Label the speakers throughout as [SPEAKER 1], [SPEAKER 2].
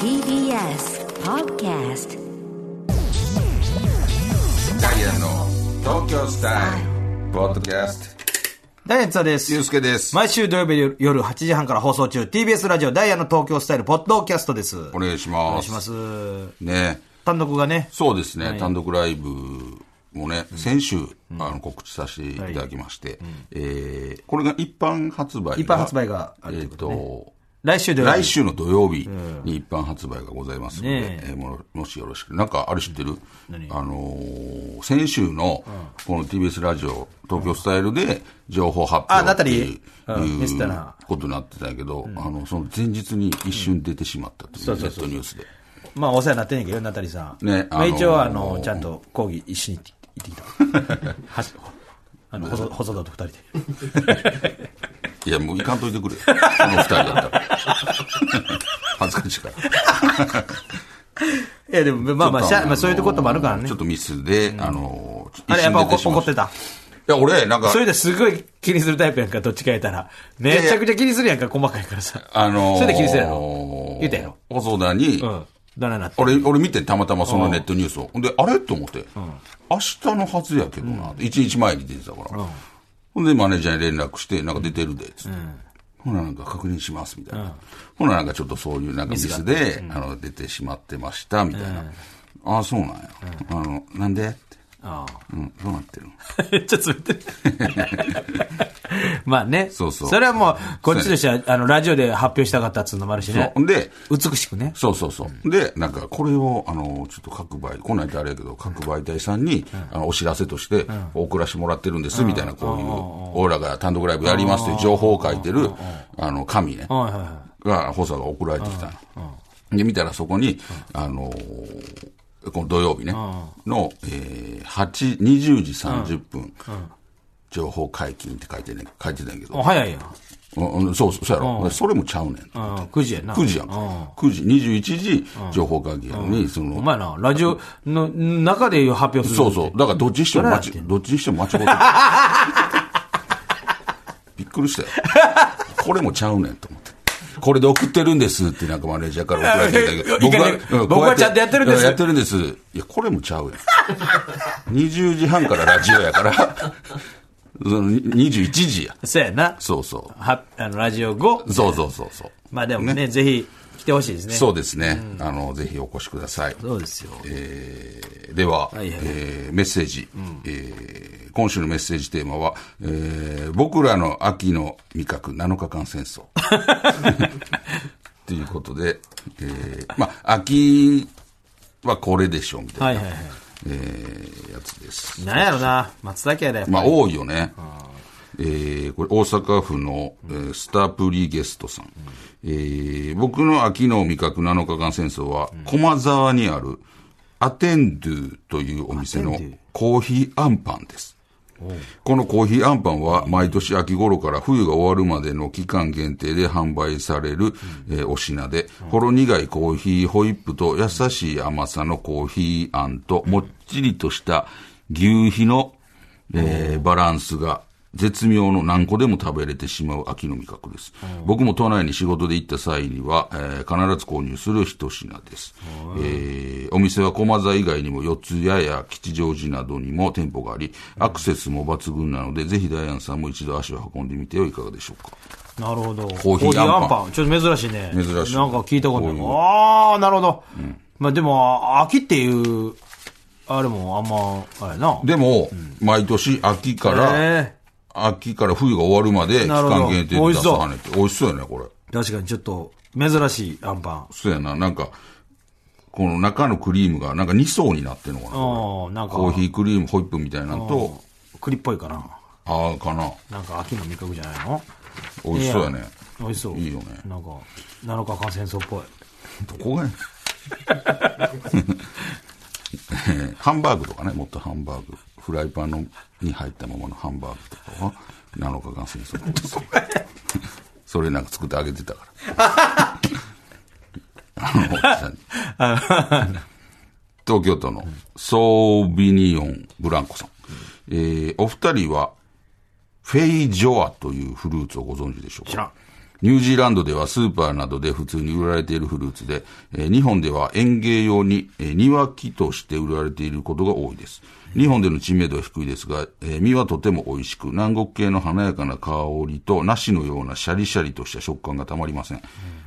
[SPEAKER 1] TBS Podcast
[SPEAKER 2] ダイアンの東京スタイルポッドキャスト
[SPEAKER 3] ダイアンツァです。
[SPEAKER 2] ゆうすけです
[SPEAKER 3] 毎週土曜日夜夜8時半から放送中、TBS ラジオダイヤの東京スタイルポッドキャストです。お
[SPEAKER 2] お願いします
[SPEAKER 3] 願いします。
[SPEAKER 2] ね
[SPEAKER 3] 単独がね、
[SPEAKER 2] そうですね、単独ライブもね先週、あの告知させていただきまして、えーこれが一般発売が
[SPEAKER 3] 一般発売があ
[SPEAKER 2] えっ、
[SPEAKER 3] るということね
[SPEAKER 2] と
[SPEAKER 3] 来週で
[SPEAKER 2] 来週の土曜日に一般発売がございますので、
[SPEAKER 3] ねえ
[SPEAKER 2] えーももしよろしく。なんか、あれ知ってるあのー先週の、この TBS ラジオ、東京スタイルで情報発
[SPEAKER 3] あ
[SPEAKER 2] 表
[SPEAKER 3] ナタ
[SPEAKER 2] って
[SPEAKER 3] リ
[SPEAKER 2] いう
[SPEAKER 3] ーうん
[SPEAKER 2] い
[SPEAKER 3] ミスター
[SPEAKER 2] う
[SPEAKER 3] な
[SPEAKER 2] ことになってたけど、あの、その前日に一瞬出てしまったという、ネットニュースで。
[SPEAKER 3] まあお世話になってんねんけど、ナタリーさん。
[SPEAKER 2] ね
[SPEAKER 3] まあ
[SPEAKER 2] あのー
[SPEAKER 3] 一応はあの、ちゃんと講義一緒に行 ってきた。はしあの、細細田と二人で。
[SPEAKER 2] いや、もういかんといてくれ。この二人だったら。 恥ずかしいから。
[SPEAKER 3] いやでも、まあまあ、しゃまあそういうこともあるからね
[SPEAKER 2] ちょっ。とミスで、あのー
[SPEAKER 3] あれやっぱ
[SPEAKER 2] 一瞬出し
[SPEAKER 3] 怒
[SPEAKER 2] ま
[SPEAKER 3] 怒
[SPEAKER 2] し
[SPEAKER 3] ってた。
[SPEAKER 2] いや、俺、なんか
[SPEAKER 3] そ、れですごい気にするタイプやんか、どっちか言ったら。めちゃくちゃ気にするやんか、細かいからさ。
[SPEAKER 2] あのー
[SPEAKER 3] それで気にするやろ。言うたやろ。
[SPEAKER 2] 細田に、
[SPEAKER 3] うん。だななって。
[SPEAKER 2] 俺、俺見て、たまたまそのネットニュースを。ほんで、あれと思って、明日のはずやけどな、一1日前に出てたから。ほんで、マネージャーに連絡して、なんか出てるで、つって。ほな、なんか確認します、みたいな。ほな、なんかちょっとそういうなんかミスで、あの、出てしまってました、みたいな。ああ、そうなんや。あの、なんでって。
[SPEAKER 3] ああ。
[SPEAKER 2] うん、どうなってるの
[SPEAKER 3] めっちゃ冷たい。まあね。
[SPEAKER 2] そうそう
[SPEAKER 3] れはもう、こっちとしては、あの、ラジオで発表したかったっつうのもあるし
[SPEAKER 2] そう
[SPEAKER 3] ね。
[SPEAKER 2] ほんで、
[SPEAKER 3] 美しくね。
[SPEAKER 2] そうそうそう。で、なんか、これを、あの、ちょっと各媒、こんなん言ってあれやけど、各媒体さんに、あの、お知らせとして、送らしてもらってるんです、みたいな、こういう、俺らが単独ライブやりますという情報を書いてる、あの、紙ね、
[SPEAKER 3] はいはいは
[SPEAKER 2] が、放送が送られてきたの。で、見たらそこに、あのー、この土曜日ね、の、えー、8、20時30分、情報解禁って書いてね、書いてたんやけ
[SPEAKER 3] い。お
[SPEAKER 2] ど、
[SPEAKER 3] 早いやん。
[SPEAKER 2] うんうんそうそう、そうやろ。それもちゃうねん。
[SPEAKER 3] うん、9時やな。
[SPEAKER 2] 9時やんか。9時、21時、情報会議やのに、そ
[SPEAKER 3] お
[SPEAKER 2] の、
[SPEAKER 3] 前な、ラジオの中で発表する。
[SPEAKER 2] そうそう。だからどっちにしても間
[SPEAKER 3] そ
[SPEAKER 2] 違
[SPEAKER 3] れは、
[SPEAKER 2] どっちにしても間違ってる びっくりしたよ。これもちゃうねんと思って。これで送ってるんですってなんかマネージャーから送られてきたけど、
[SPEAKER 3] いやいやいや
[SPEAKER 2] うん
[SPEAKER 3] 僕は
[SPEAKER 2] こう
[SPEAKER 3] ちゃんとやってるんです
[SPEAKER 2] うやってるんです。いや、これもちゃうやん。20時半からラジオやから、 その21時や。
[SPEAKER 3] そうやな。
[SPEAKER 2] そうそ
[SPEAKER 3] は、あの、ラジオ後
[SPEAKER 2] う。。そうそうそうそう。
[SPEAKER 3] まあでもね、ぜひ来てほしいですね。
[SPEAKER 2] そうですね。あの、ぜひお越しください。
[SPEAKER 3] そうですよ。
[SPEAKER 2] えーでは、
[SPEAKER 3] はいはい
[SPEAKER 2] えーメッセージ、えー今週のメッセージテーマは、えー僕らの秋の味覚7日間戦争。 ということで、えーまあ、秋はこれでしょうみた
[SPEAKER 3] はいい
[SPEAKER 2] な、
[SPEAKER 3] はいは
[SPEAKER 2] えーやつです
[SPEAKER 3] い。。なんやろな、松崎やで。
[SPEAKER 2] まあ、多いよね。えーこれ、大阪府の、えースタープリゲストさん。えー僕の秋の味覚7日間戦争は、駒沢にある、アテンドゥというお店
[SPEAKER 3] ア
[SPEAKER 2] の
[SPEAKER 3] テンドゥ
[SPEAKER 2] コーヒーアンパンです。このコーヒーアンパンは毎年秋頃から冬が終わるまでの期間限定で販売される、えーお品で、ほろ苦いコーヒーホイップと優しい甘さのコーヒーあんと、もっちりとした牛皮の、えーバランスが絶妙の何個でも食べれてしまう秋の味覚です。僕も都内に仕事で行った際には、えー必ず購入する一品です。えーお店は駒沢以外にも四ツ谷や吉祥寺などにも店舗があり、アクセスも抜群なので、ぜひダイアンさんも一度足を運んでみてはいかがでしょうか。
[SPEAKER 3] なるほど。コ
[SPEAKER 2] ーヒーアンパン
[SPEAKER 3] ちょっと珍しいね。
[SPEAKER 2] 珍しい
[SPEAKER 3] なんか聞いたこ
[SPEAKER 2] こ
[SPEAKER 3] とな
[SPEAKER 2] うい。
[SPEAKER 3] いうああ、なるほど。まあでも、秋っていう、あれもあんま、あれな。
[SPEAKER 2] でも、毎年秋から、
[SPEAKER 3] え
[SPEAKER 2] 秋から冬が終わるまで期
[SPEAKER 3] なるほど
[SPEAKER 2] 間限定で出さはねて。美味しそうやね、これ。
[SPEAKER 3] え確かにちょっと、珍しいアンパン。
[SPEAKER 2] そうやな、なんか、この中のクリームがなんか2層になってるのかなこ
[SPEAKER 3] ああ、なん
[SPEAKER 2] れ。
[SPEAKER 3] か、
[SPEAKER 2] コーヒークリーム、ホイップみたいなのと、
[SPEAKER 3] 栗っぽいかな。
[SPEAKER 2] ああ、かな。
[SPEAKER 3] なんか秋の味覚じゃないの
[SPEAKER 2] 美味しそうやね。
[SPEAKER 3] 美味しそう。
[SPEAKER 2] いいよね
[SPEAKER 3] なんか、7日間戦争っぽい。
[SPEAKER 2] どこがやねん えーハンバーグとかね、もっとハンバーグ。フライパンのに入ったままのハンバーグとかは、7日間戦争のことです それなんか作ってあげてた から。あの、奥さんに東京都のソービニオン・ブランコさん。えーお二人は、フェイジョアというフルーツをご存知でしょうか
[SPEAKER 3] 知らん
[SPEAKER 2] ニュージーランドではスーパーなどで普通に売られているフルーツで、えー日本では園芸用に、えー庭木として売られていることが多いです。日本での知名度は低いですが、えー実はとても美味しく、南国系の華やかな香りと梨のようなシャリシャリとした食感がたまりません。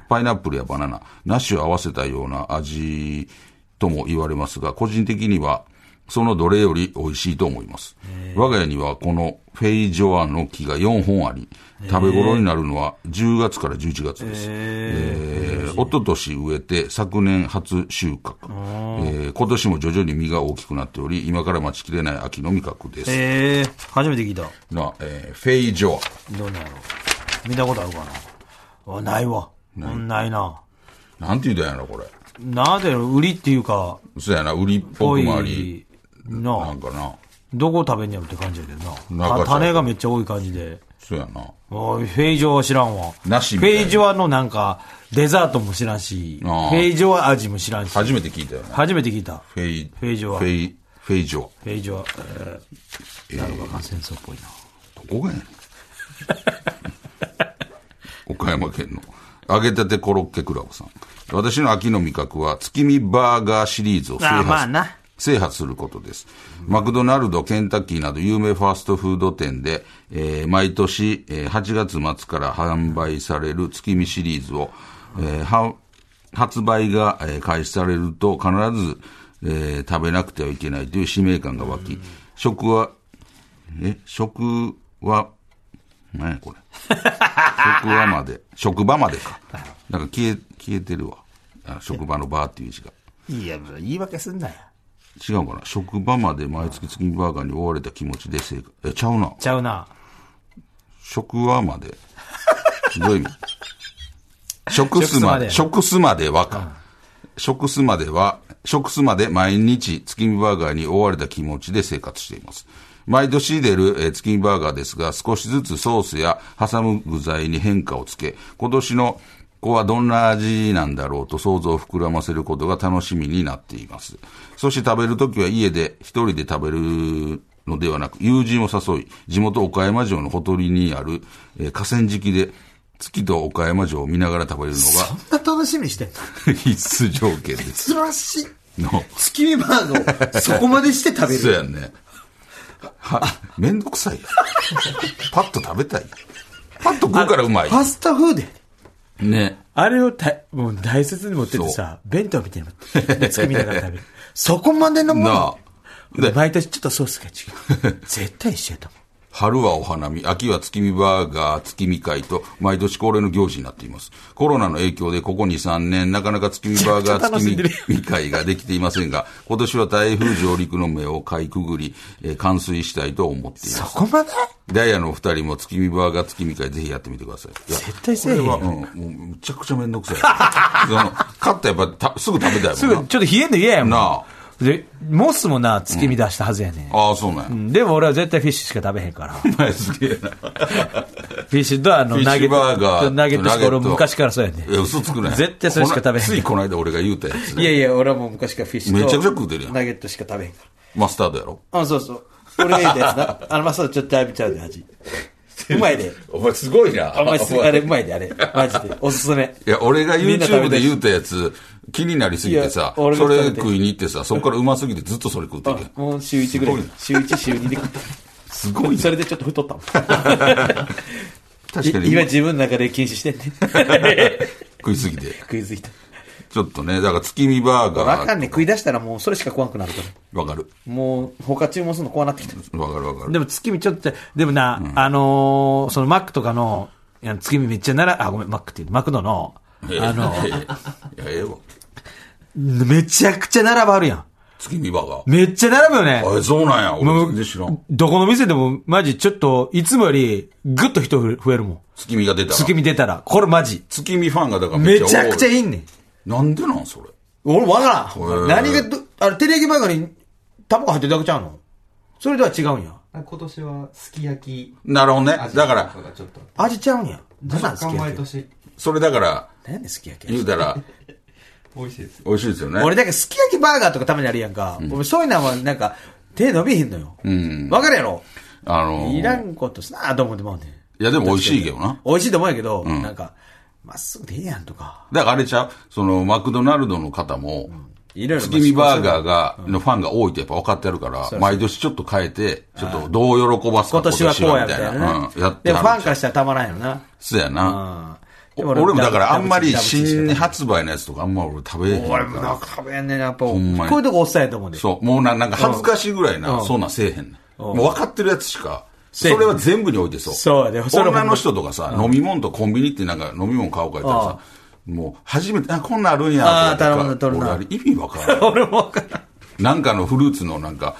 [SPEAKER 2] パイナップルやバナナ、梨を合わせたような味とも言われますが、個人的にはそのどれより美味しいと思います。我が家にはこのフェイジョアの木が4本あり、食べ頃になるのは10月から11月です。えー、おととし植えて昨年初収穫。えー今年も徐々に実が大きくなっており、今から待ちきれない秋の味覚です。
[SPEAKER 3] ええー、初めて聞いた。
[SPEAKER 2] な、えーフェイジョア。
[SPEAKER 3] どうなんやろう。見たことあるかな。あ、ないわ。うんないな。
[SPEAKER 2] なんて言うたんやろ、これ。
[SPEAKER 3] なぜ売りっていうか、
[SPEAKER 2] そうやな、売りっぽ
[SPEAKER 3] ぽ
[SPEAKER 2] く
[SPEAKER 3] い
[SPEAKER 2] もあり、な
[SPEAKER 3] なん
[SPEAKER 2] かな。
[SPEAKER 3] どこ食べんねやろって感じやけどな。
[SPEAKER 2] 中
[SPEAKER 3] た
[SPEAKER 2] さ
[SPEAKER 3] 種がめっちゃ多い感じで。
[SPEAKER 2] そうやな。
[SPEAKER 3] おいフェイジョは知らんわ。フ
[SPEAKER 2] 梨みたいな
[SPEAKER 3] ェイジョアのなんか、デザートも知らんし、フ
[SPEAKER 2] あー
[SPEAKER 3] ェイジョア味も知らんし、
[SPEAKER 2] 初めて聞いたよな。
[SPEAKER 3] 初めて聞いた。
[SPEAKER 2] フェイ、
[SPEAKER 3] フェイジョア
[SPEAKER 2] フェイ、フェイジョア。
[SPEAKER 3] フェイジョア、えー、なるほど、戦争っぽいな。
[SPEAKER 2] どこがやねん岡山県の揚げたてコロッケクラブさん私の秋の味覚は月見バーガーシリーズを制
[SPEAKER 3] あ
[SPEAKER 2] 覇
[SPEAKER 3] まあ
[SPEAKER 2] す
[SPEAKER 3] な
[SPEAKER 2] 制覇することです、マクドナルド、ケンタッキーなど有名ファーストフード店で、えー毎年、えー8月末から販売される月見シリーズを、えーは発売が、えー開始されると必ず、えー食べなくてはいけないという使命感が湧き、食はえ、食は、何やこれ。職場まで、職場までか。なんか消え、消えてるわ。あ職場のバーっていう字が。
[SPEAKER 3] いや、言い訳すんなよ。
[SPEAKER 2] 違うかな職場まで毎月月見バーガーに追われた気持ちで生活。え、ちゃうな。
[SPEAKER 3] ちゃうな。
[SPEAKER 2] 職場まで。どういう意味食すまで、食
[SPEAKER 3] 食
[SPEAKER 2] すまではか。食すまでは、食すまで毎日月見バーガーに追われた気持ちで生活しています。毎年出るえー月見バーガーですが、少しずつソースや挟む具材に変化をつけ、今年の子はどんな味なんだろうと想像を膨らませることが楽しみになっています。そして食べるときは家で一人で食べるのではなく、友人を誘い、地元岡山城のほとりにある、えー河川敷で月と岡山城を見ながら食べるのが、
[SPEAKER 3] そんな楽しみにしてんの
[SPEAKER 2] 必須条件 です。
[SPEAKER 3] 珍しい。
[SPEAKER 2] の。
[SPEAKER 3] 月見バーガーをそこまでして食べ
[SPEAKER 2] そう
[SPEAKER 3] る。
[SPEAKER 2] やんね。は、めんどくさいやん。パッと食べたいやん。パッと食うからうまい
[SPEAKER 3] パ。スタフードやで。
[SPEAKER 2] ね。
[SPEAKER 3] あれをたもう大切に持っててさ、弁当みたいなの作りながら食べる。そこまでのも
[SPEAKER 2] なあ
[SPEAKER 3] の。。
[SPEAKER 2] で、
[SPEAKER 3] 毎年ちょっとソースが違 う。絶対一緒やと思う。
[SPEAKER 2] 春はお花見、秋は月見バーガー、月見会と、毎年恒例の行事になっています。コロナの影響で、ここ2、3年、なかなか月見 バーガー、
[SPEAKER 3] 楽
[SPEAKER 2] 月
[SPEAKER 3] しんでる
[SPEAKER 2] 見会ができていませんが、今年は台風上陸の目をかいくぐり、えー完遂したいと思っています
[SPEAKER 3] そ。こまで
[SPEAKER 2] ダイヤのお二人も月見バーガー、月見会、ぜひやってみてください。いや
[SPEAKER 3] 絶対せえへ
[SPEAKER 2] こ
[SPEAKER 3] ん
[SPEAKER 2] れは、うん、
[SPEAKER 3] よ。
[SPEAKER 2] もうむちゃくちゃめんどくさい。 その、買ったらやっぱたすぐ食べたいもんな。
[SPEAKER 3] すぐ、ちょっと冷えんの嫌やもん。
[SPEAKER 2] な
[SPEAKER 3] で、モスもな、月見出したはずやね、
[SPEAKER 2] ああ、そうなんや。
[SPEAKER 3] ん。でも俺は絶対フィッシュしか食べへ んから。フ
[SPEAKER 2] お前すげえ な。
[SPEAKER 3] ィッシュとあの、
[SPEAKER 2] フィッ
[SPEAKER 3] ナ
[SPEAKER 2] シ
[SPEAKER 3] ゲ
[SPEAKER 2] ュバーガ
[SPEAKER 3] ッ
[SPEAKER 2] ー
[SPEAKER 3] ト、
[SPEAKER 2] と
[SPEAKER 3] ナゲットしか俺昔からそうやね
[SPEAKER 2] いや、嘘つくない。
[SPEAKER 3] 絶対それしか食べ
[SPEAKER 2] こな
[SPEAKER 3] へん
[SPEAKER 2] ついこの間俺が言うたやつ。
[SPEAKER 3] ん。いやいや、俺はもう昔からフィッシュと
[SPEAKER 2] めちゃくちゃ食うてるやん
[SPEAKER 3] ナゲットしか食べへんか
[SPEAKER 2] マスタードやろ。
[SPEAKER 3] ら。あ、そうそう。俺が言うたやつな。 あの、まさちょっとだいぶちゃうで、味。うまいで。
[SPEAKER 2] お前すごいな。
[SPEAKER 3] あんまりす、
[SPEAKER 2] お前
[SPEAKER 3] あれうまいで、あれ。マジで。おすすめ。
[SPEAKER 2] いや、俺が
[SPEAKER 3] みんな食
[SPEAKER 2] YouTube
[SPEAKER 3] べた
[SPEAKER 2] で
[SPEAKER 3] い
[SPEAKER 2] 言うたやつ、気になりすぎてさ、
[SPEAKER 3] いや
[SPEAKER 2] そ
[SPEAKER 3] 俺が食べ
[SPEAKER 2] れ
[SPEAKER 3] たい
[SPEAKER 2] 食いに行ってさ、そこからうますぎてずっとそれ食うてるやん。
[SPEAKER 3] もう週1ぐらい
[SPEAKER 2] す。
[SPEAKER 3] 週1、週2で食った。
[SPEAKER 2] すごいな
[SPEAKER 3] それでちょっと太ったもん。
[SPEAKER 2] 確かに
[SPEAKER 3] い今
[SPEAKER 2] 今
[SPEAKER 3] 自分の中で禁止してんね。
[SPEAKER 2] 食いすぎて。
[SPEAKER 3] 食いついた。
[SPEAKER 2] ちょっとね、だから月見バー
[SPEAKER 3] わ
[SPEAKER 2] ガ
[SPEAKER 3] か
[SPEAKER 2] ー。
[SPEAKER 3] んね食い出したらもうそれしか怖くなるから。
[SPEAKER 2] わかる。
[SPEAKER 3] もう他注文するの怖なってきた。
[SPEAKER 2] わかるわかる。
[SPEAKER 3] でも月見ちょっと、でもな、あのーそのマックとかの、いや月見めっちゃなら、あ、ごめん、マックっていうマクドの、
[SPEAKER 2] いや
[SPEAKER 3] あの、
[SPEAKER 2] いやいやいや、ええわ。
[SPEAKER 3] めちゃくちゃ並ばあるやん。
[SPEAKER 2] 月見バーガー。
[SPEAKER 3] めっちゃ並ぶよね。
[SPEAKER 2] あれ、そうなんや。俺全然知らん。
[SPEAKER 3] どこの店でも、マジ、ちょっと、いつもより、ぐっと人増えるもん。
[SPEAKER 2] 月見が出たら。
[SPEAKER 3] 月見出たら、これマジ。
[SPEAKER 2] 月見ファンがだからめ
[SPEAKER 3] め
[SPEAKER 2] っちゃ多い。
[SPEAKER 3] ちゃくちゃいいんねん。
[SPEAKER 2] なんでなんそれ。
[SPEAKER 3] 俺、わからん。
[SPEAKER 2] ー
[SPEAKER 3] 何がど、あれ、テレビバーガーに、タバコ入ってるだけちゃうのそれでは違うんや。
[SPEAKER 4] 今年はすき焼き
[SPEAKER 2] なるほどね。
[SPEAKER 4] 味
[SPEAKER 2] だから
[SPEAKER 4] と、がちょっと
[SPEAKER 3] 味ちゃうんや。どんなん好き
[SPEAKER 4] 若干
[SPEAKER 3] や
[SPEAKER 4] 毎
[SPEAKER 3] けど。
[SPEAKER 4] 年
[SPEAKER 2] それだから、
[SPEAKER 3] 何やねん、すき焼き。
[SPEAKER 2] 言うたら、
[SPEAKER 4] 美味しいです
[SPEAKER 2] 美味しいですよね。
[SPEAKER 3] 俺、だけどすき焼きバーガーとかたまにあるやんか。俺、そういうのは、なんか、手伸びへんのよ。
[SPEAKER 2] ん
[SPEAKER 3] わかるやろ
[SPEAKER 2] あのー
[SPEAKER 3] いらんことすなあと思ってまうねん。
[SPEAKER 2] いやでも美味しいけどな。
[SPEAKER 3] 美味しいと思うんやけど、なんか、まっすぐでいいやんとか。
[SPEAKER 2] だからあれちゃうその、マクドナルドの方も、
[SPEAKER 3] いろいろ。
[SPEAKER 2] 月見バーガー
[SPEAKER 3] ー。
[SPEAKER 2] が、のファンが多いってやっぱ分かってあるから、毎年ちょっと変えて、ちょっとどう喜ばすか
[SPEAKER 3] 今年はこうやみたいなね。
[SPEAKER 2] うんやって
[SPEAKER 3] でもフ
[SPEAKER 2] は
[SPEAKER 3] ァ
[SPEAKER 2] るじゃん
[SPEAKER 3] ンからしたらたまらんよな。
[SPEAKER 2] そうやな。お
[SPEAKER 3] うん
[SPEAKER 2] 俺もだからあんまり
[SPEAKER 3] ダブチダブチ
[SPEAKER 2] 新
[SPEAKER 3] しか
[SPEAKER 2] 発売のやつとかあんま俺食べへんか
[SPEAKER 3] 俺もなん
[SPEAKER 2] ら。
[SPEAKER 3] か食べんねんなやっぱ。こう
[SPEAKER 2] まに
[SPEAKER 3] いうとこおっさんやと思うで。
[SPEAKER 2] そう。もうな、なんか恥ずかしいぐらいな、
[SPEAKER 3] ん
[SPEAKER 2] そんなんせえへんねん。もう分かってるやつしか、そ
[SPEAKER 3] せえへん
[SPEAKER 2] れは全部においてそう。
[SPEAKER 3] そうやでそれはほんま
[SPEAKER 2] 女の人とかさ、飲み物とコンビニってなんか飲み物買おうか言ったらさ、もう初めて、あ、こんなんあるんや。
[SPEAKER 3] あー
[SPEAKER 2] と思って
[SPEAKER 3] 頼むな頼むな
[SPEAKER 2] 俺あれ意味わからん。
[SPEAKER 3] 俺もわからん。
[SPEAKER 2] なんかのフルーツのなんか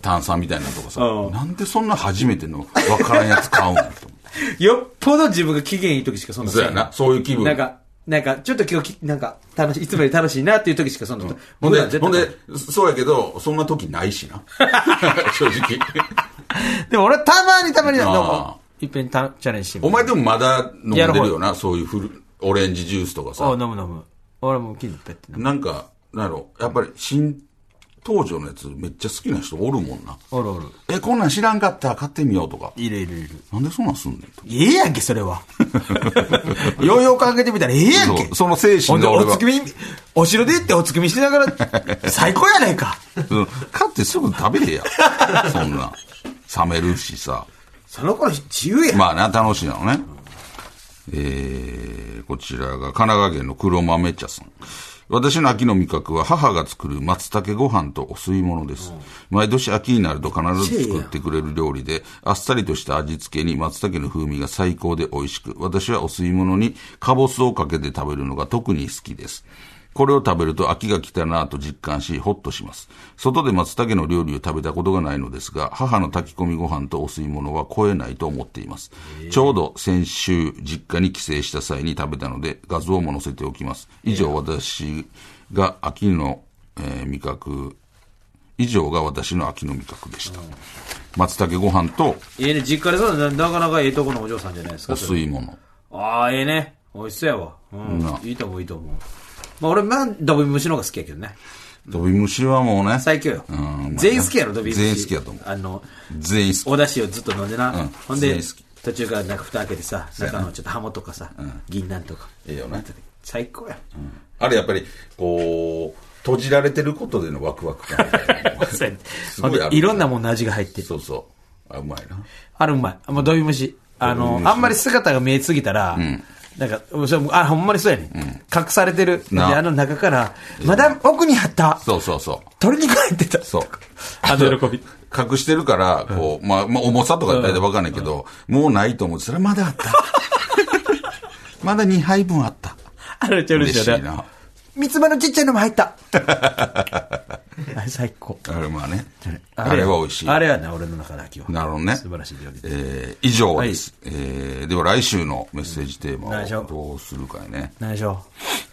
[SPEAKER 2] 炭酸みたいなのとかさ、なんでそんな初めてのわからんやつ買うんやと思う
[SPEAKER 3] よっぽど自分が機嫌いい時 しかそんなせ
[SPEAKER 2] そ
[SPEAKER 3] え
[SPEAKER 2] う
[SPEAKER 3] へ
[SPEAKER 2] や
[SPEAKER 3] ん
[SPEAKER 2] な、そういう気分。
[SPEAKER 3] なんか、なんか、ちょっと今日き、なんか、楽しい、いつもより楽しいなっていう時しかそんなこと。
[SPEAKER 2] ほん
[SPEAKER 3] 普段
[SPEAKER 2] で、
[SPEAKER 3] 絶
[SPEAKER 2] ほ
[SPEAKER 3] 対
[SPEAKER 2] んで、そうやけど、そんな時ない しな。正直。
[SPEAKER 3] でも俺はたまにたまに、どう
[SPEAKER 2] あ
[SPEAKER 3] も、いっぺんたチャレンジしてみ
[SPEAKER 2] お
[SPEAKER 3] る
[SPEAKER 2] 前でもまだ飲んでる
[SPEAKER 3] や
[SPEAKER 2] よ
[SPEAKER 3] る
[SPEAKER 2] な、そういうフル、オレンジジュースとか
[SPEAKER 3] お
[SPEAKER 2] さ
[SPEAKER 3] う。飲む飲む。俺もキンペってな。
[SPEAKER 2] なんか、なんやろ、やっぱり新登場のやつめっちゃ好きな人おるもんな。
[SPEAKER 3] おるおる。
[SPEAKER 2] え、こんなん知らんかったら買ってみようとか。
[SPEAKER 3] いるいるいる。
[SPEAKER 2] なんでそんなんすんねんと。
[SPEAKER 3] ええやんけ、そ れは。ようよう考えてみたらええやんけ
[SPEAKER 2] そ。うその精神が
[SPEAKER 3] ほん
[SPEAKER 2] 俺
[SPEAKER 3] で
[SPEAKER 2] は
[SPEAKER 3] お月見、お城で行ってお月見しながら、最高やないか。
[SPEAKER 2] うん買ってすぐ食べれや。そんなん。冷めるしさ。
[SPEAKER 3] その頃自由やん。
[SPEAKER 2] まあな、楽しいなのね。えー、こちらが神奈川県の黒豆茶さん。私の秋の味覚は母が作る松茸ご飯とお吸い物です。毎年秋になると必ず作ってくれる料理で、あっさりとした味付けに松茸の風味が最高で美味しく、私はお吸い物にかぼすをかけて食べるのが特に好きです。これを食べると秋が来たなぁと実感し、ほっとします。外で松茸の料理を食べたことがないのですが、母の炊き込みご飯とお吸い物は超えないと思っています。ちょうど先週、実家に帰省した際に食べたので、画像も載せておきます。以上、私が秋の、えー味覚、以上が私の秋の味覚でした。松茸ご飯と
[SPEAKER 3] ええね、実家でそうだな、なかなかええとこのお嬢さんじゃないです
[SPEAKER 2] お
[SPEAKER 3] か。それ
[SPEAKER 2] 吸い物。
[SPEAKER 3] ああ、ええね。美味しそうやわ。うん
[SPEAKER 2] な。
[SPEAKER 3] いいと思う、いいと思う。まあ俺、まあ、ドビムシの方が好きやけどね。
[SPEAKER 2] 飛び虫はもうね、
[SPEAKER 3] 最強よ
[SPEAKER 2] うんまあね。
[SPEAKER 3] 全員好きやろ、ドビムシ。
[SPEAKER 2] 全員好きやと思う。
[SPEAKER 3] あの、
[SPEAKER 2] 全員好き。
[SPEAKER 3] お出汁をずっと飲んでな、
[SPEAKER 2] うん
[SPEAKER 3] ほんで
[SPEAKER 2] 全員好き
[SPEAKER 3] 途中からなんか蓋開けてさ中のちょっとハモとかさ、銀杏とか
[SPEAKER 2] ええよね。
[SPEAKER 3] 最高や、
[SPEAKER 2] あれやっぱり、こう、閉じられてることでのワクワク感みたいなのが
[SPEAKER 3] そうやね
[SPEAKER 2] す
[SPEAKER 3] ほ
[SPEAKER 2] ご
[SPEAKER 3] ん
[SPEAKER 2] いあ
[SPEAKER 3] で
[SPEAKER 2] る
[SPEAKER 3] いろんなもんの味が入ってる
[SPEAKER 2] そうそう。あ、うまいな。
[SPEAKER 3] あれうまいもうドビムシあのあんまり姿が見えすぎたら、なんかそれもあほんまにそうやね、隠されてるで
[SPEAKER 2] な
[SPEAKER 3] あの中からまだ奥にあった
[SPEAKER 2] そうそうそう。
[SPEAKER 3] 鶏肉入ってた
[SPEAKER 2] そう。
[SPEAKER 3] あの喜び
[SPEAKER 2] 隠してるから、こう、まあ、まあ、重さとか大体わかんないけど、もうないと思ってたら、まだあ った。まだ2杯分あった。
[SPEAKER 3] あれめっちゃ嬉
[SPEAKER 2] 嬉
[SPEAKER 3] し
[SPEAKER 2] し
[SPEAKER 3] いよ
[SPEAKER 2] い
[SPEAKER 3] ね
[SPEAKER 2] な。
[SPEAKER 3] 三つ葉のちっちゃいのも入った あれ最高
[SPEAKER 2] あれまあね。あれは美味しい。
[SPEAKER 3] あれはね俺の中で秋は
[SPEAKER 2] なるほどね。
[SPEAKER 3] 素晴らしい料理です
[SPEAKER 2] えー以上です。えーでは来週のメッセージテーマ
[SPEAKER 3] うん
[SPEAKER 2] をどうするかやね。
[SPEAKER 3] 何でしょ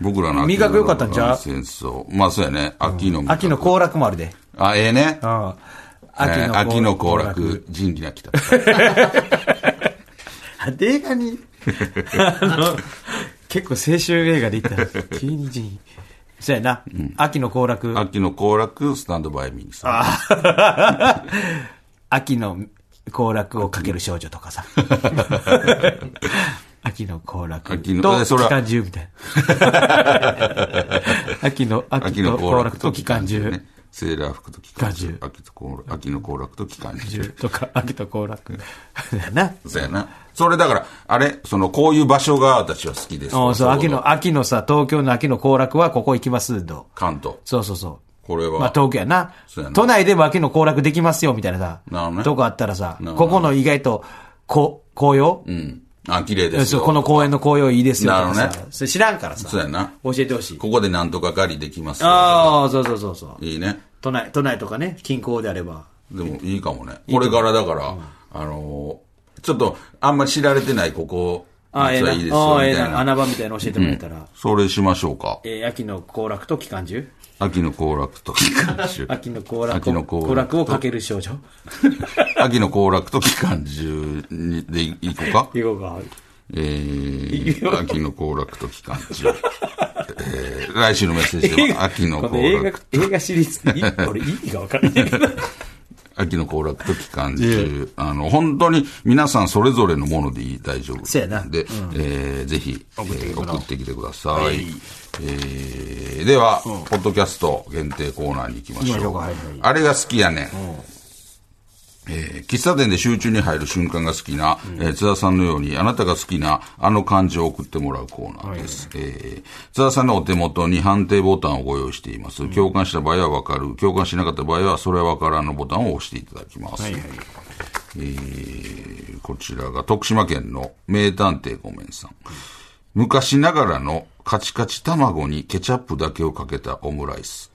[SPEAKER 3] う
[SPEAKER 2] 僕らの
[SPEAKER 3] 味覚良かったんちゃう
[SPEAKER 2] 戦争。まあそうやね。秋の味覚。
[SPEAKER 3] 秋の行楽もあるで。
[SPEAKER 2] あ、ええね。
[SPEAKER 3] う
[SPEAKER 2] え
[SPEAKER 3] ん。
[SPEAKER 2] ー秋の行楽。仁義な き戦い
[SPEAKER 3] あ、映画 に、あの、結構青春映画で言ったら、急に人員。そうやな。秋の行楽。
[SPEAKER 2] 秋の行楽スタンドバイミーさん
[SPEAKER 3] 秋の行楽をかける少女とかさ。 秋の行楽
[SPEAKER 2] 秋の
[SPEAKER 3] と
[SPEAKER 2] えそれ
[SPEAKER 3] 機
[SPEAKER 2] は
[SPEAKER 3] 関銃みたいな。 秋の、秋
[SPEAKER 2] 秋
[SPEAKER 3] の
[SPEAKER 2] の
[SPEAKER 3] 行
[SPEAKER 2] 行
[SPEAKER 3] 楽
[SPEAKER 2] 楽
[SPEAKER 3] と
[SPEAKER 2] と
[SPEAKER 3] 機
[SPEAKER 2] 機
[SPEAKER 3] 関
[SPEAKER 2] 関銃
[SPEAKER 3] 銃
[SPEAKER 2] ね。セーラー服と機関
[SPEAKER 3] 機
[SPEAKER 2] 銃
[SPEAKER 3] 関
[SPEAKER 2] 秋と行楽秋の行楽と機関銃
[SPEAKER 3] とか、秋と行楽。だな。
[SPEAKER 2] そうやなそれだからあれそのこういう場所が私は好きです
[SPEAKER 3] おそう、
[SPEAKER 2] い
[SPEAKER 3] 秋
[SPEAKER 2] こと
[SPEAKER 3] の、秋のさ、東京の秋の行楽はここ行きますと。
[SPEAKER 2] 関東
[SPEAKER 3] そうそうそう。
[SPEAKER 2] これは
[SPEAKER 3] まあ東京やな。
[SPEAKER 2] そうやな
[SPEAKER 3] 都内でも秋の行楽できますよ、みたいなさ。
[SPEAKER 2] なるほどね
[SPEAKER 3] とこあったらさ
[SPEAKER 2] なる、ほ
[SPEAKER 3] こ
[SPEAKER 2] ど
[SPEAKER 3] この意外と、こ、紅葉、
[SPEAKER 2] うんあ綺麗です
[SPEAKER 3] そう
[SPEAKER 2] よ
[SPEAKER 3] この公園の紅葉いいですよ、
[SPEAKER 2] なるほ
[SPEAKER 3] と
[SPEAKER 2] どね
[SPEAKER 3] かさ。それ知らんからさ。
[SPEAKER 2] そうやな
[SPEAKER 3] 教えてほしい。
[SPEAKER 2] ここでなんとか狩りできますよ
[SPEAKER 3] ああ、そうそうそうそう。
[SPEAKER 2] いいね
[SPEAKER 3] 都内、都内とかね、近郊であれば。
[SPEAKER 2] でもいいかもね。これからだから、あのー、ちょっとあんま知られてないここ、
[SPEAKER 3] あ、ええ
[SPEAKER 2] 実
[SPEAKER 3] な。
[SPEAKER 2] はいいですよ、
[SPEAKER 3] ああ、ええ
[SPEAKER 2] みたい
[SPEAKER 3] な。
[SPEAKER 2] な。
[SPEAKER 3] 穴場みたいなの教えてもらえたら。
[SPEAKER 2] それしましょうか。
[SPEAKER 3] えー秋の行楽と期間中。
[SPEAKER 2] 秋の行楽と期間中
[SPEAKER 3] 秋の行楽
[SPEAKER 2] 秋の行楽
[SPEAKER 3] 行楽をかける少女
[SPEAKER 2] 秋の行楽と期間中にでいいこうか。
[SPEAKER 3] いこうか。
[SPEAKER 2] えー、秋の行楽と期間中。えー、来週のメッセー ジは、秋の
[SPEAKER 3] この
[SPEAKER 2] 行
[SPEAKER 3] 映画
[SPEAKER 2] 楽、、
[SPEAKER 3] 映画シリーズい、俺意味がわかん ないけど。
[SPEAKER 2] 秋の行楽と期間中。あの、本当に皆さんそれぞれのものでいい、大丈夫。
[SPEAKER 3] そうやな
[SPEAKER 2] で、えーぜひ、えー送ってきてください。えーでは、ポッドキャスト限定コーナーに行きましょう。あれが好きやねん。えー喫茶店で集中に入る瞬間が好きな、えー津田さんのように、あなたが好きなあの漢字を送ってもらうコーナーです。えー津田さんのお手元に判定ボタンをご用意しています。共感した場合はわかる。共感しなかった場合は、それはわからんのボタンを押していただきます。えーこちらが徳島県の名探偵ごめんさん。昔ながらのカチカチ卵にケチャップだけをかけたオムライス。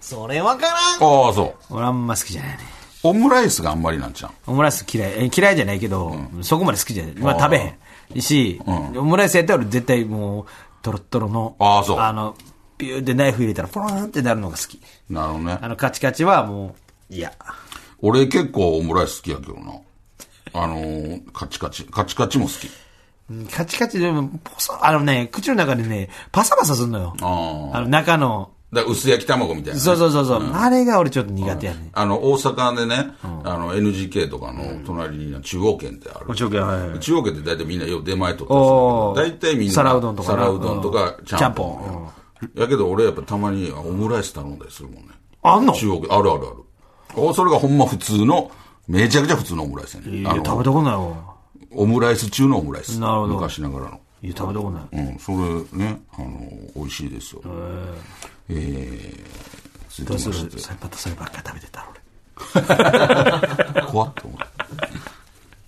[SPEAKER 3] それわからん
[SPEAKER 2] ああ、そう。
[SPEAKER 3] 俺あんま好きじゃないね。
[SPEAKER 2] オムライスがあんまりなんちゃう
[SPEAKER 3] オムライス嫌い。え嫌いじゃないけど、そこまで好きじゃない。まあ食べへん。し、オムライスやったら俺絶対もう、トロットロの、
[SPEAKER 2] あーそう
[SPEAKER 3] の、ビューってナイフ入れたら、ポローンってなるのが好き。
[SPEAKER 2] なるほどね
[SPEAKER 3] あ。の、カチカチはもう、いや。
[SPEAKER 2] 俺結構オムライス好きやけどな。あのー、カチカチ。カチカチも好き。
[SPEAKER 3] うんカチカチでも、ポソ、あのね、口の中でね、パサパサすんのよ。
[SPEAKER 2] あ
[SPEAKER 3] あの、中の、
[SPEAKER 2] だから薄焼き卵みたいなね、
[SPEAKER 3] そうそうそうそう、あれが俺ちょっと苦手やね。
[SPEAKER 2] あの、大阪でね、あの、NGK とかの隣に中央圏ってある。
[SPEAKER 3] 中華、はい。
[SPEAKER 2] 中央圏って大体みんなよう出前とか
[SPEAKER 3] おー
[SPEAKER 2] 大体みんな。
[SPEAKER 3] 皿うどんとかな
[SPEAKER 2] 皿うどんとか
[SPEAKER 3] うん、
[SPEAKER 2] ちゃんぽんよ。やけど俺やっぱたまにオムライス頼んだりするもんね。
[SPEAKER 3] あんの
[SPEAKER 2] 中央圏、あるあるある。おそれがほんま普通の、めちゃくちゃ普通のオムライスやね。
[SPEAKER 3] いや
[SPEAKER 2] あ
[SPEAKER 3] 食べた
[SPEAKER 2] の、
[SPEAKER 3] ことないわ。
[SPEAKER 2] オムライス中のオムライス。
[SPEAKER 3] なるほど
[SPEAKER 2] 昔ながらの。
[SPEAKER 3] いや、食べたことない。
[SPEAKER 2] うん、それね、あの、美味しいですよ。えー、続
[SPEAKER 3] どう
[SPEAKER 2] き
[SPEAKER 3] す
[SPEAKER 2] ま
[SPEAKER 3] る
[SPEAKER 2] して、
[SPEAKER 3] それまたそればっか食べてたら俺。
[SPEAKER 2] 怖っと思っ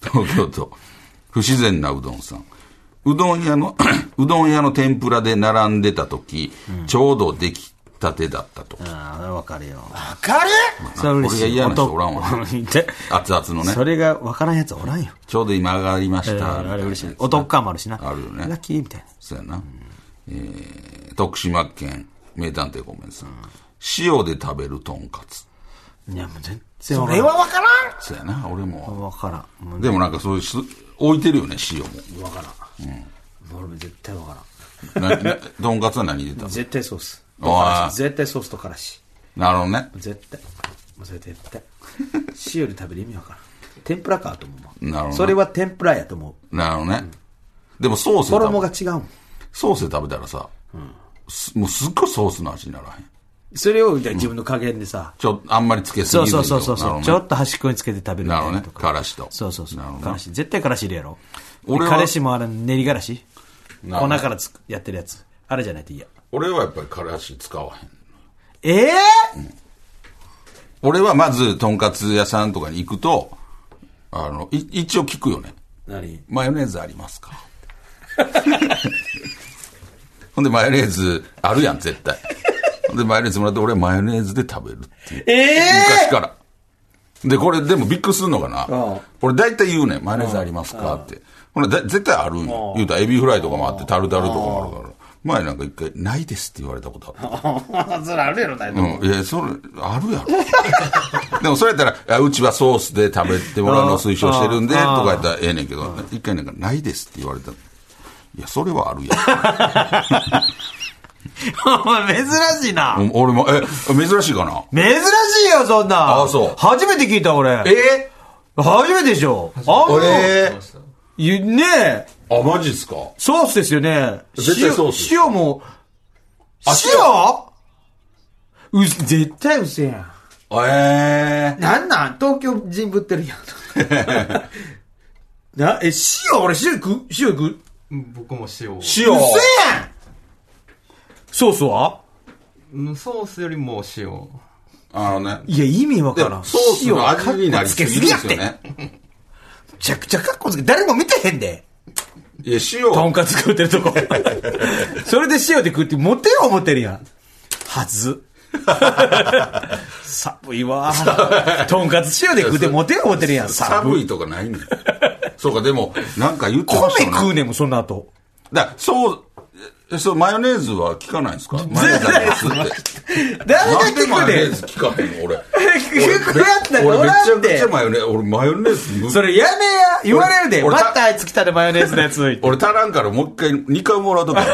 [SPEAKER 2] た。東京都、不自然なうどんさん。うどん屋の、 うどん屋の天ぷらで並んでた時、ちょうど出来たてだった時。
[SPEAKER 3] ああ、わかるよ。
[SPEAKER 2] カレ
[SPEAKER 3] それは嬉しい。
[SPEAKER 2] これが嫌な人
[SPEAKER 3] 男
[SPEAKER 2] おら んわ
[SPEAKER 3] で
[SPEAKER 2] 熱々の
[SPEAKER 3] そ
[SPEAKER 2] ね。
[SPEAKER 3] れがわからんやつおらんよ。
[SPEAKER 2] ちょうど今上がりまし
[SPEAKER 3] え
[SPEAKER 2] た。
[SPEAKER 3] ーあれ嬉しい。お得感もあるしな。
[SPEAKER 2] あるよね
[SPEAKER 3] ラッキーみたいな。
[SPEAKER 2] そうやな。えー、徳島県、名探偵ごめんさん。塩で食べるとんかつ。
[SPEAKER 3] いや、もう全然わからん。それはわか
[SPEAKER 2] そうやな、俺も。
[SPEAKER 3] らんわからん。もう
[SPEAKER 2] でもなんかそういうす、置いてるよね、塩も。
[SPEAKER 3] わからん。俺も絶対わからん。
[SPEAKER 2] ななとんかつは何入れたの
[SPEAKER 3] 絶対ソース。
[SPEAKER 2] おー
[SPEAKER 3] 絶対ソースとからし。
[SPEAKER 2] なるほどね。
[SPEAKER 3] 絶対。もうそれ絶対。塩で食べる意味わからん。天ぷらかと思う。
[SPEAKER 2] なるほど
[SPEAKER 3] それは天ぷらやと思う。
[SPEAKER 2] なるほどね。でもソースで
[SPEAKER 3] 衣
[SPEAKER 2] 食
[SPEAKER 3] が
[SPEAKER 2] べ
[SPEAKER 3] 違うもん。
[SPEAKER 2] ソースで食べたらさ、すもうすっごいソースの味にならへん。
[SPEAKER 3] それを自分の加減でさ、
[SPEAKER 2] ちょ、あんまりつけすぎ
[SPEAKER 3] そう
[SPEAKER 2] ず
[SPEAKER 3] そ
[SPEAKER 2] にと
[SPEAKER 3] うそうそうそう、
[SPEAKER 2] なる
[SPEAKER 3] ちょ
[SPEAKER 2] ほどね
[SPEAKER 3] っと端っこにつけて食べるみた
[SPEAKER 2] な
[SPEAKER 3] い
[SPEAKER 2] るほ
[SPEAKER 3] な
[SPEAKER 2] ど
[SPEAKER 3] と
[SPEAKER 2] ね
[SPEAKER 3] か。
[SPEAKER 2] からしと
[SPEAKER 3] そうそうそう
[SPEAKER 2] なるほ。どね
[SPEAKER 3] からし。絶対からし入れやろ。
[SPEAKER 2] 俺
[SPEAKER 3] 俺
[SPEAKER 2] は
[SPEAKER 3] からしもあれ練りからし
[SPEAKER 2] なるほ
[SPEAKER 3] 粉
[SPEAKER 2] ど
[SPEAKER 3] からつくやってるやつ。あれじゃないと嫌。
[SPEAKER 2] 俺はやっぱりからし使わへん。
[SPEAKER 3] ええ
[SPEAKER 2] 俺はまず、とんかつ屋さんとかに行くと、あの、い一応聞くよね。
[SPEAKER 3] 何
[SPEAKER 2] マヨネーズありますか ほんで、マヨネーズあるやん、絶対。ほんで、マヨネーズもらって、俺はマヨネーズで食べるっていう。昔から。で、これ、でもびっくりするのかな、俺大体言うねん。マヨネーズありますかって。ほんで、だ絶対あるんよ。言うたら、エビフライとかもあって、タルタルとかもあるから。前なんか一回、ないですって言われたことあった。
[SPEAKER 3] それあるやろ、ない
[SPEAKER 2] うん。いや、それ、あるやろ。 でも、それやったらいや、うちはソースで食べてもらうのを推奨してるんで、と
[SPEAKER 3] ああ
[SPEAKER 2] かやったらええねんけど、一回なんか、ないですって言われた。いや、それはあるやん。
[SPEAKER 3] お前珍しいな。
[SPEAKER 2] うん 俺も、え、珍しいかな
[SPEAKER 3] 珍しいよ、そんな。
[SPEAKER 2] あそう
[SPEAKER 3] 初めて聞いた、俺。
[SPEAKER 2] え
[SPEAKER 3] 初めてでしょ。あんま
[SPEAKER 2] え
[SPEAKER 3] ゆねえ、
[SPEAKER 2] あ、マジっすか
[SPEAKER 3] ソースですよね。
[SPEAKER 2] 絶対ソース
[SPEAKER 3] 塩塩も、
[SPEAKER 2] あ
[SPEAKER 3] 塩う、絶対薄いやん。
[SPEAKER 2] ええ
[SPEAKER 3] なんなん東京人ぶってるやん。 な、え、塩俺塩食う塩食う
[SPEAKER 4] 僕も塩を
[SPEAKER 2] 塩
[SPEAKER 3] うやんソースは
[SPEAKER 4] うんソースよりも塩
[SPEAKER 2] あのね。
[SPEAKER 3] いや、意味わ
[SPEAKER 2] で
[SPEAKER 3] から
[SPEAKER 2] も、
[SPEAKER 3] ん。
[SPEAKER 2] ソースの味になり
[SPEAKER 3] つ
[SPEAKER 2] す
[SPEAKER 3] け
[SPEAKER 2] ぎる
[SPEAKER 3] す
[SPEAKER 2] ん
[SPEAKER 3] ぎ
[SPEAKER 2] で
[SPEAKER 3] やっ
[SPEAKER 2] す
[SPEAKER 3] て。
[SPEAKER 2] よ
[SPEAKER 3] め
[SPEAKER 2] ね。
[SPEAKER 3] ちゃくちゃかっこつけ、誰も見てへんで。
[SPEAKER 2] いや、
[SPEAKER 3] とん
[SPEAKER 2] 塩、
[SPEAKER 3] か つ食うてるとこ。それで塩で食うって、モテよう思ってるやん。はず。寒いわ。とんかつ塩で食うてモテるモテるやん。寒い。
[SPEAKER 2] 寒いとかないねん。そうか、でも、なんか言ってま
[SPEAKER 3] 米
[SPEAKER 2] したよね。
[SPEAKER 3] 食うねんもん、その後。
[SPEAKER 2] だからそう、えそう、マヨネーズは効かないんですかマヨネーズだけですって。
[SPEAKER 3] 誰
[SPEAKER 2] なんで
[SPEAKER 3] が
[SPEAKER 2] マヨ
[SPEAKER 3] 聞
[SPEAKER 2] ネ
[SPEAKER 3] くね
[SPEAKER 2] ー
[SPEAKER 3] ん。
[SPEAKER 2] ズ効かへんの俺。
[SPEAKER 3] 聞くやつなん
[SPEAKER 2] 俺
[SPEAKER 3] かお
[SPEAKER 2] めち
[SPEAKER 3] ら
[SPEAKER 2] ゃ
[SPEAKER 3] ん
[SPEAKER 2] くち
[SPEAKER 3] で
[SPEAKER 2] ゃ。マヨネーズ、俺マヨネーズ無
[SPEAKER 3] それやめや。言われるで。
[SPEAKER 2] 俺
[SPEAKER 3] ま
[SPEAKER 2] 俺
[SPEAKER 3] たあいつ来たでマヨネーズのやつ。お前
[SPEAKER 2] 俺足らんからもう一回、二回もらう とか。
[SPEAKER 3] す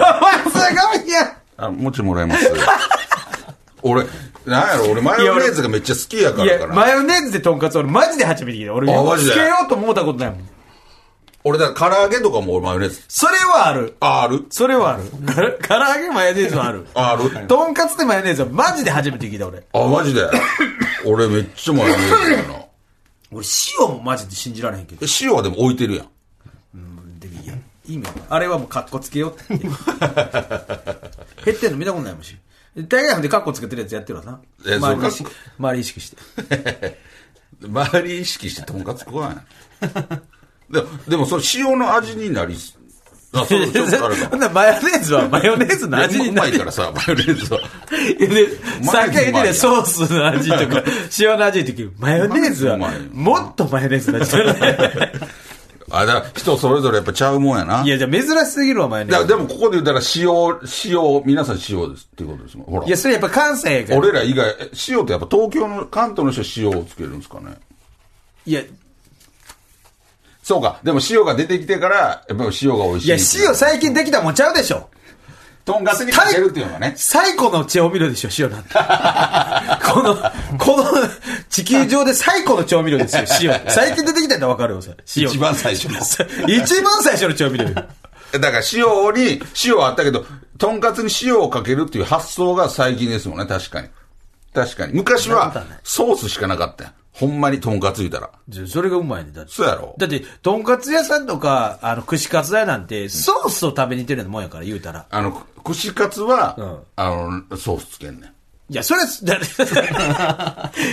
[SPEAKER 3] ごいやん。
[SPEAKER 2] あ、もうちょいもらいます。俺、なんやろ、俺マヨネーズがめっちゃ好きやか
[SPEAKER 3] い
[SPEAKER 2] ら
[SPEAKER 3] や、
[SPEAKER 2] か
[SPEAKER 3] マ
[SPEAKER 2] な。
[SPEAKER 3] ヨネーズでとんかつ俺マジで初めて聞いた。俺、
[SPEAKER 2] あマジで
[SPEAKER 3] つけようと思ったことないもん。
[SPEAKER 2] 俺、だから唐揚げとかも俺マヨネーズ。
[SPEAKER 3] それはある。
[SPEAKER 2] あ、ある
[SPEAKER 3] それはある。 唐揚げマヨネーズはある。
[SPEAKER 2] ある
[SPEAKER 3] とんかつでマヨネーズはマジで初めて聞いた俺。
[SPEAKER 2] あ、マ ジで。俺めっちゃマヨネーズや な。
[SPEAKER 3] 俺、塩もマジで信じられへんけど。
[SPEAKER 2] え塩はでも置いてるやん。
[SPEAKER 3] でもいいや意味わかんないあれはもうカッコつけようって。減ってんの見たことないもんし。大概ほんでカッコつけてるやつやってるわな。
[SPEAKER 2] え
[SPEAKER 3] 周りに意
[SPEAKER 2] そう
[SPEAKER 3] 識
[SPEAKER 2] か
[SPEAKER 3] 周り意識して。
[SPEAKER 2] 周り意識してとんかつ食わない。で も、でもそれ塩の味になりす、あ、そう、ちょっとあ れ
[SPEAKER 3] ほ
[SPEAKER 2] か
[SPEAKER 3] ん。ならマヨネーズはマヨネーズの味にな
[SPEAKER 2] うま
[SPEAKER 3] る
[SPEAKER 2] いからさ、マヨネーズは。
[SPEAKER 3] いやで、さっき言って
[SPEAKER 2] マヨネーズうまい
[SPEAKER 3] た
[SPEAKER 2] やん
[SPEAKER 3] ソースの味と か、塩の味の時、マヨネーズは、
[SPEAKER 2] うまいよ
[SPEAKER 3] もっとマヨネーズの味だ ね。
[SPEAKER 2] あ、だから人それぞれやっぱちゃうもんやな。
[SPEAKER 3] いや、じゃあ珍しすぎるわ、マヨネ
[SPEAKER 2] だ
[SPEAKER 3] ー
[SPEAKER 2] から
[SPEAKER 3] ズ。
[SPEAKER 2] でもここで言うたら塩、塩、皆さん塩ですっていうことですもん。ほら
[SPEAKER 3] いや、。それやっぱ関西やから。
[SPEAKER 2] 俺ら以外、え塩ってやっぱ東京の、関東の人は塩をつけるんですかね。
[SPEAKER 3] いや、い
[SPEAKER 2] そうか。でも塩が出てきてから、やっぱり塩が美味しい。
[SPEAKER 3] や、塩最近できたもんちゃうでしょ。
[SPEAKER 2] とんかつにかけるっていうのがね。
[SPEAKER 3] 最古の調味料でしょ、塩 なんて。この、この地球上で最古の調味料ですよ、塩。最近出てきたんだわかるよ、それ。塩。
[SPEAKER 2] 一番最初の。
[SPEAKER 3] 一番最初の調味料よ。
[SPEAKER 2] だから塩に、塩はあったけど、とんかつに塩をかけるっていう発想が最近ですもんね、確かに。確かに。昔
[SPEAKER 3] そんな
[SPEAKER 2] は
[SPEAKER 3] ことはない
[SPEAKER 2] ソースしかなかったやんほんまにとんかつ言うたら。
[SPEAKER 3] じゃあそれがうまいね、だって。
[SPEAKER 2] そうやろ
[SPEAKER 3] だって、とんかつ屋さんとか、あの、串カツ屋なんて、ソースを食べに行ってるようなもんやから、言うたら。
[SPEAKER 2] あの、く串カツは、
[SPEAKER 3] うん
[SPEAKER 2] あの、ソースつけんねん。
[SPEAKER 3] いや、 それ、だって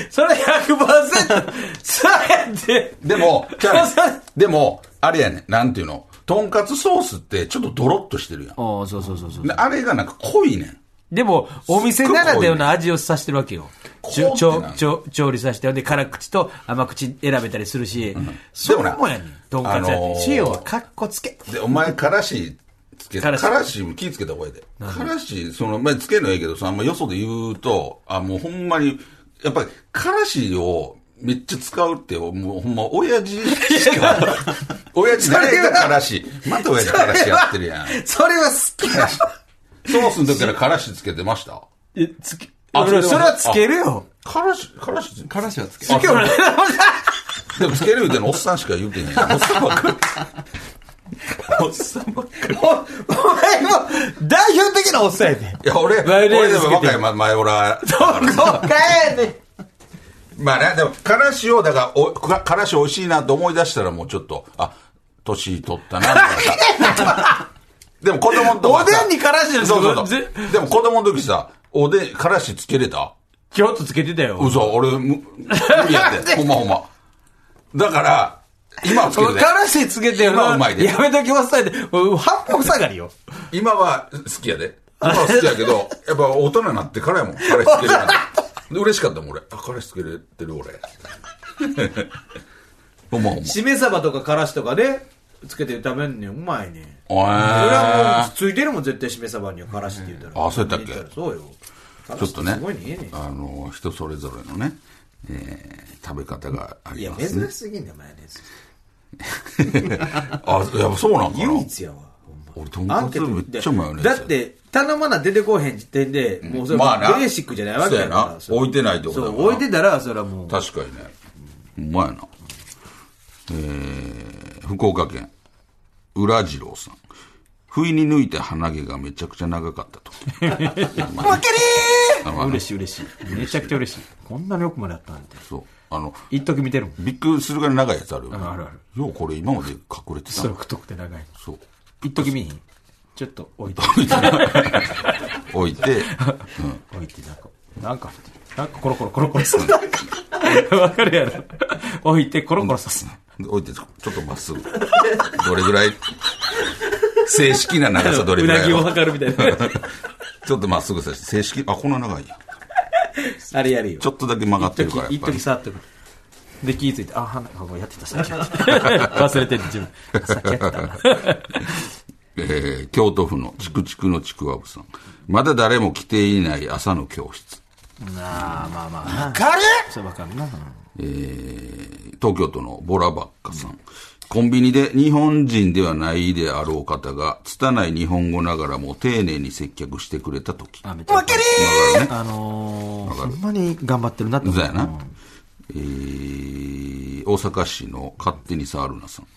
[SPEAKER 3] それ100%、そう やって。
[SPEAKER 2] で も、じゃあね
[SPEAKER 3] そう
[SPEAKER 2] でも、あれやねん、なんていうの、とんかつソースってちょっとドロッとしてるやん。
[SPEAKER 3] おーそうそうそうそう。
[SPEAKER 2] であれがなんか濃いねん。
[SPEAKER 3] でも、お店ならではの味をさしてるわけよ。ちょ
[SPEAKER 2] こう
[SPEAKER 3] ち
[SPEAKER 2] って
[SPEAKER 3] ょ
[SPEAKER 2] なん
[SPEAKER 3] ちょ調理さして、ほんで辛口と甘口選べたりするし、そ
[SPEAKER 2] で
[SPEAKER 3] う
[SPEAKER 2] もな
[SPEAKER 3] もやねん。とんかつ
[SPEAKER 2] あの
[SPEAKER 3] 屋っ
[SPEAKER 2] ー
[SPEAKER 3] て。塩はかっこつけ。
[SPEAKER 2] で、お前、からしつけ、
[SPEAKER 3] か
[SPEAKER 2] からら
[SPEAKER 3] し
[SPEAKER 2] しも気ぃつけた方がいいで。からし、その、まあ、つけるのはいいけどさ、あんまよそで言うと、あ、もうほんまに、やっぱり、からしを、めっちゃ使うって、もうほんま、親父しか、 親父誰がからし、また親父からしやってるやん。
[SPEAKER 3] それは好きだ。
[SPEAKER 2] ソースの時からからしつけてました
[SPEAKER 3] えつけ
[SPEAKER 2] あ
[SPEAKER 3] 俺そ
[SPEAKER 2] そ
[SPEAKER 3] れ
[SPEAKER 2] れ
[SPEAKER 3] は
[SPEAKER 2] は
[SPEAKER 3] つけるよ。
[SPEAKER 2] からし、からしつけ
[SPEAKER 4] からしはつけ
[SPEAKER 2] あ
[SPEAKER 3] 今日俺
[SPEAKER 2] でもつける言うてんのおっさんしか言うてへんやん。おっさんばっかり。おっさんばっかり。
[SPEAKER 3] おお前も代表的なおっさんや ね
[SPEAKER 2] い
[SPEAKER 3] ん。
[SPEAKER 2] や、俺、
[SPEAKER 3] マヨネー
[SPEAKER 2] 俺
[SPEAKER 3] ズ
[SPEAKER 2] で
[SPEAKER 3] つけて
[SPEAKER 2] も若いま前俺、
[SPEAKER 3] そうかやねん。
[SPEAKER 2] まあね、でも、からしを、だから、お、かからし美味しいなと思い出したらもうちょっと、あ、年取ったな、みたいなさ。 でも子供の時
[SPEAKER 3] おでんにからしなんて
[SPEAKER 2] そうそうそ
[SPEAKER 3] ぜ
[SPEAKER 2] う。でも子供の時さ、おでん、からしつけれた
[SPEAKER 3] ちょっとつけてたよ。
[SPEAKER 2] 嘘、俺、む無理やって。ほんまほんま。だから、今はつけるで。
[SPEAKER 3] からしつけてよな
[SPEAKER 2] 今はうまいで
[SPEAKER 3] やめときまさいで。もう八方下がりよ。
[SPEAKER 2] 今は好きやで。今は好きやけど、やっぱ大人になってからやもん。彼氏つけるなんて。で嬉しかったもん、俺。あ、彼氏つけれて る、俺。ほんまほんま。
[SPEAKER 3] しめ鯖とかからしとかで、つけて食べんねん。うまいねん。
[SPEAKER 2] お
[SPEAKER 3] 俺
[SPEAKER 2] え
[SPEAKER 3] はもうついてるもん絶対しめ鯖にはからしって言ったら
[SPEAKER 2] あそうやったっけ
[SPEAKER 3] そうよ
[SPEAKER 2] ちょっとね
[SPEAKER 3] すごいねえね、
[SPEAKER 2] あの、人それぞれのね、えー食べ方があ
[SPEAKER 3] い
[SPEAKER 2] り
[SPEAKER 3] や
[SPEAKER 2] ますね
[SPEAKER 3] 珍し。すぎんだよマヨネーズ
[SPEAKER 2] あ、やっぱそうなんかな
[SPEAKER 3] 唯一やわほんま
[SPEAKER 2] 俺、とんかつめっちゃマヨネーズや
[SPEAKER 3] だって頼まな出てこへん時点で、もうそれ
[SPEAKER 2] まあな
[SPEAKER 3] ベーシックじゃないわけやから、
[SPEAKER 2] そうやな置いてないってことだ
[SPEAKER 3] そ
[SPEAKER 2] もん
[SPEAKER 3] う
[SPEAKER 2] な
[SPEAKER 3] 置いてたらそれはもう
[SPEAKER 2] 確かにね。うまいな。えー、福岡県、浦次郎さん。不意に抜いた鼻毛がめちゃくちゃ長かったと。
[SPEAKER 3] わけり
[SPEAKER 2] あまあ
[SPEAKER 3] 嬉しい嬉しいめちゃくちゃ嬉しいこんなに奥まであったなんて
[SPEAKER 2] そう。あの、
[SPEAKER 3] 一時見てるもん
[SPEAKER 2] びっくりするぐらい長いやつあるよね。
[SPEAKER 3] あるある
[SPEAKER 2] ようこれ今まで隠れてた
[SPEAKER 3] そ
[SPEAKER 2] な
[SPEAKER 3] う太くて長い
[SPEAKER 2] そう。
[SPEAKER 3] 一時見ひんちょっと置いて
[SPEAKER 2] 置いて、
[SPEAKER 3] 置いてなんかなんかなんかコロコロコロコロする わかるやろ置いてコロコロさす
[SPEAKER 2] うん置いて、ちょっとまっすぐ。どれぐらい、正式な長さどれ
[SPEAKER 3] う
[SPEAKER 2] ぐら
[SPEAKER 3] ない
[SPEAKER 2] や
[SPEAKER 3] ぎを
[SPEAKER 2] ろ
[SPEAKER 3] 測るみたいな
[SPEAKER 2] ちょっとまっすぐさして、正式、あ、こんな長いや。
[SPEAKER 3] あれやるよ。
[SPEAKER 2] ちょっとだけ曲がってるから、やっ
[SPEAKER 3] 一
[SPEAKER 2] ぱ
[SPEAKER 3] 時
[SPEAKER 2] り。
[SPEAKER 3] 触ってくる。で、気ぃついて、あ、花子やってた、さっきやってた。 忘れてる、自分。さっきやってた。
[SPEAKER 2] えー京都府のチクチクのちくわぶさん。まだ誰も来ていない朝の教室。
[SPEAKER 3] なあ、まあまあな。
[SPEAKER 5] かる
[SPEAKER 3] それわかるな。
[SPEAKER 2] えー東京都のボラバッカさん。コンビニで日本人ではないであろう方が、拙い日本語ながらも丁寧に接客してくれた時。
[SPEAKER 3] あ、めっちゃわかる。
[SPEAKER 2] だからね
[SPEAKER 3] あのー、ほんまに頑張ってるなって思
[SPEAKER 2] そう
[SPEAKER 3] う
[SPEAKER 2] やな。えー大阪市の勝手に触るなさん。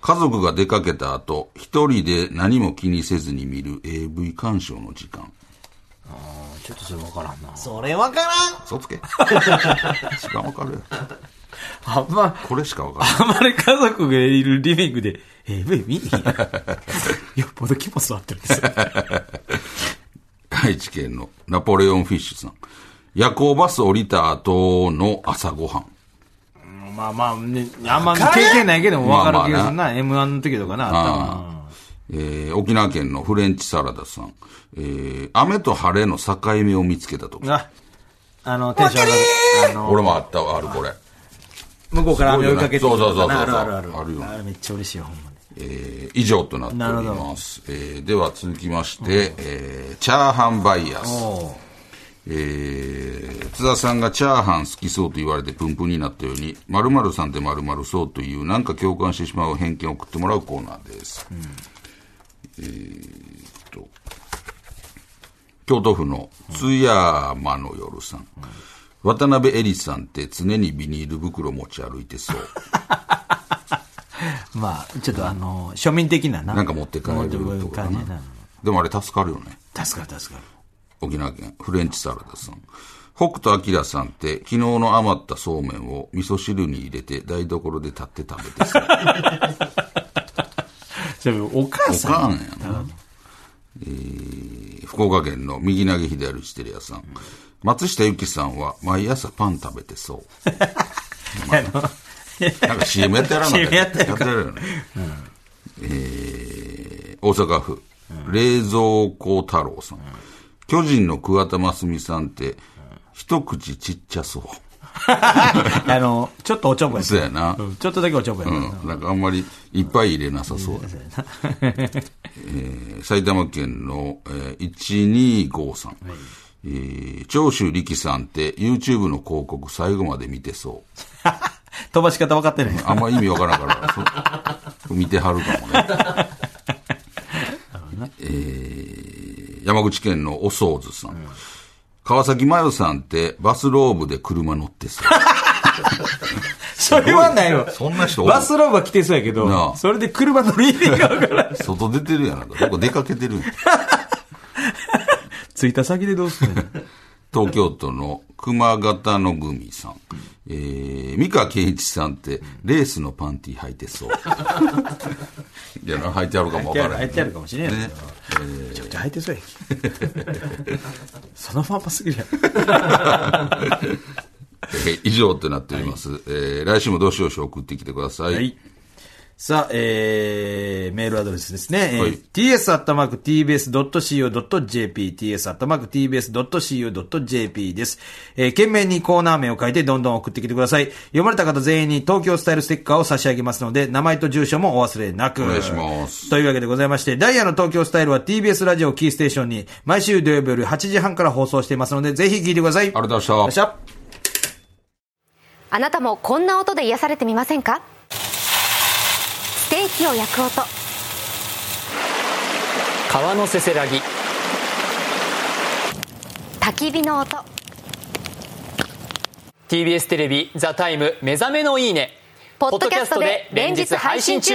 [SPEAKER 2] 家族が出かけた後、一人で何も気にせずに見る AV 鑑賞の時間。
[SPEAKER 3] ちょっとそれわからんな。
[SPEAKER 5] それわからん
[SPEAKER 2] 嘘つけ。 時間わかるよ
[SPEAKER 3] あんま、
[SPEAKER 2] これしかわかる。
[SPEAKER 3] あんまり家族がいるリビングで、え、上見に よっぽど気も座ってるんですよ。
[SPEAKER 2] 愛知県のナポレオンフィッシュさん。夜行バス降りた後の朝ごはん。
[SPEAKER 3] まあまあ、ね、あんま経験ないけどもわかる気がするな。M1 の時とかな、あ
[SPEAKER 2] あーえー沖縄県のフレンチサラダさん。えー雨と晴れの境目を見つけた時
[SPEAKER 3] った。な。あ、あの、テンション上がる。あの、
[SPEAKER 2] 俺もあったわ、あるこれ。
[SPEAKER 3] 向こうから雨追いかけてくる
[SPEAKER 2] そうそうそうそう
[SPEAKER 3] あるあるある。
[SPEAKER 2] あるよ
[SPEAKER 3] れめっちゃ嬉しいよ、ほんまに。
[SPEAKER 2] えー以上となっております、えーでは続きまして、えーチャーハンバイアス、
[SPEAKER 3] おう
[SPEAKER 2] えー津田さんがチャーハン好きそうと言われてプンプンになったように〇〇さんで〇〇そうというなんか共感してしまう偏見を送ってもらうコーナーです、えーっと京都府の津山の夜さん、渡辺恵里さんって常にビニール袋持ち歩いてそう
[SPEAKER 3] まあ、ちょっとあの、庶民的なな。
[SPEAKER 2] なんか持って帰る
[SPEAKER 3] 持って
[SPEAKER 2] と
[SPEAKER 3] る
[SPEAKER 2] か
[SPEAKER 3] 感じな
[SPEAKER 2] な。でもあれ助かるよね
[SPEAKER 3] 助かる助かる。
[SPEAKER 2] 沖縄県フレンチサラダさん。北斗晶さんって昨日の余ったそうめんを味噌汁に入れて台所で立って食べてさ。
[SPEAKER 3] じゃあお母
[SPEAKER 2] お
[SPEAKER 3] さ
[SPEAKER 2] か
[SPEAKER 3] ん。
[SPEAKER 2] んやな。えー福岡県の右投げ左打ちテレ屋さん。松下由紀さんは毎朝パン食べてそう。
[SPEAKER 3] あの
[SPEAKER 2] なんか CM やってやらない
[SPEAKER 3] CM やってるか
[SPEAKER 2] るよね。えー大阪府、冷蔵庫太郎さん。巨人の桑田真澄さんって、一口ちっちゃそう。
[SPEAKER 3] あの、ちょっとおちょぼや
[SPEAKER 2] そうやな。
[SPEAKER 3] うんちょっとだけおちょぼやな。
[SPEAKER 2] うん、なんかあんまりいっぱい入れなさそうだ、えー埼玉県の、えー1253、さんえー長州力さんって YouTube の広告最後まで見てそう
[SPEAKER 3] 飛ばし方分かってない。
[SPEAKER 2] あんま意味わからんからそう見てはるかもね、えー山口県のおそうずさん、川崎麻世さんってバスローブで車乗ってそう
[SPEAKER 3] それはないわ。
[SPEAKER 2] そんな人おる
[SPEAKER 3] バスローブは来てそうやけ
[SPEAKER 2] な
[SPEAKER 3] ど、
[SPEAKER 2] あ
[SPEAKER 3] それで車乗る意味が分からん。
[SPEAKER 2] 外出てるやんなんかどこ出かけてるやん
[SPEAKER 3] 着いた先でどうするの
[SPEAKER 2] 東京都の熊形のグミさん。えー、三河健一さんって、レースのパンティ履いてそう。いやな、履いてあるかもわから
[SPEAKER 3] 入
[SPEAKER 2] へ
[SPEAKER 3] っ
[SPEAKER 2] ん。
[SPEAKER 3] てあるかもしれない。めちゃくちゃ入って そうや。そのまんますぎるやん。
[SPEAKER 2] えー以上となっております。えー、来週もどしどし送ってきてください。
[SPEAKER 3] はい。さあ、えー、メールアドレスですね。えー
[SPEAKER 2] はい
[SPEAKER 3] ts.tbs.co.jp、ts.tbs.co.jp です。えー、懸命にコーナー名を書いてどんどん送ってきてください。読まれた方全員に東京スタイルステッカーを差し上げますので、名前と住所もお忘れなく。
[SPEAKER 2] お願いします
[SPEAKER 3] というわけでございまして、ダイヤの東京スタイルは TBS ラジオをキーステーションに毎週土曜日夜8時半から放送していますので、ぜひ聞いてください。
[SPEAKER 2] ありがとうございました
[SPEAKER 3] ありがとうございました。
[SPEAKER 6] あなたもこんな音で癒されてみませんかステーキを焼く音
[SPEAKER 7] 川のせせらぎ
[SPEAKER 6] 焚き火の音
[SPEAKER 7] TBS テレビ「ザタイム目覚めのいいね」
[SPEAKER 6] ポッドキャストで連日配信中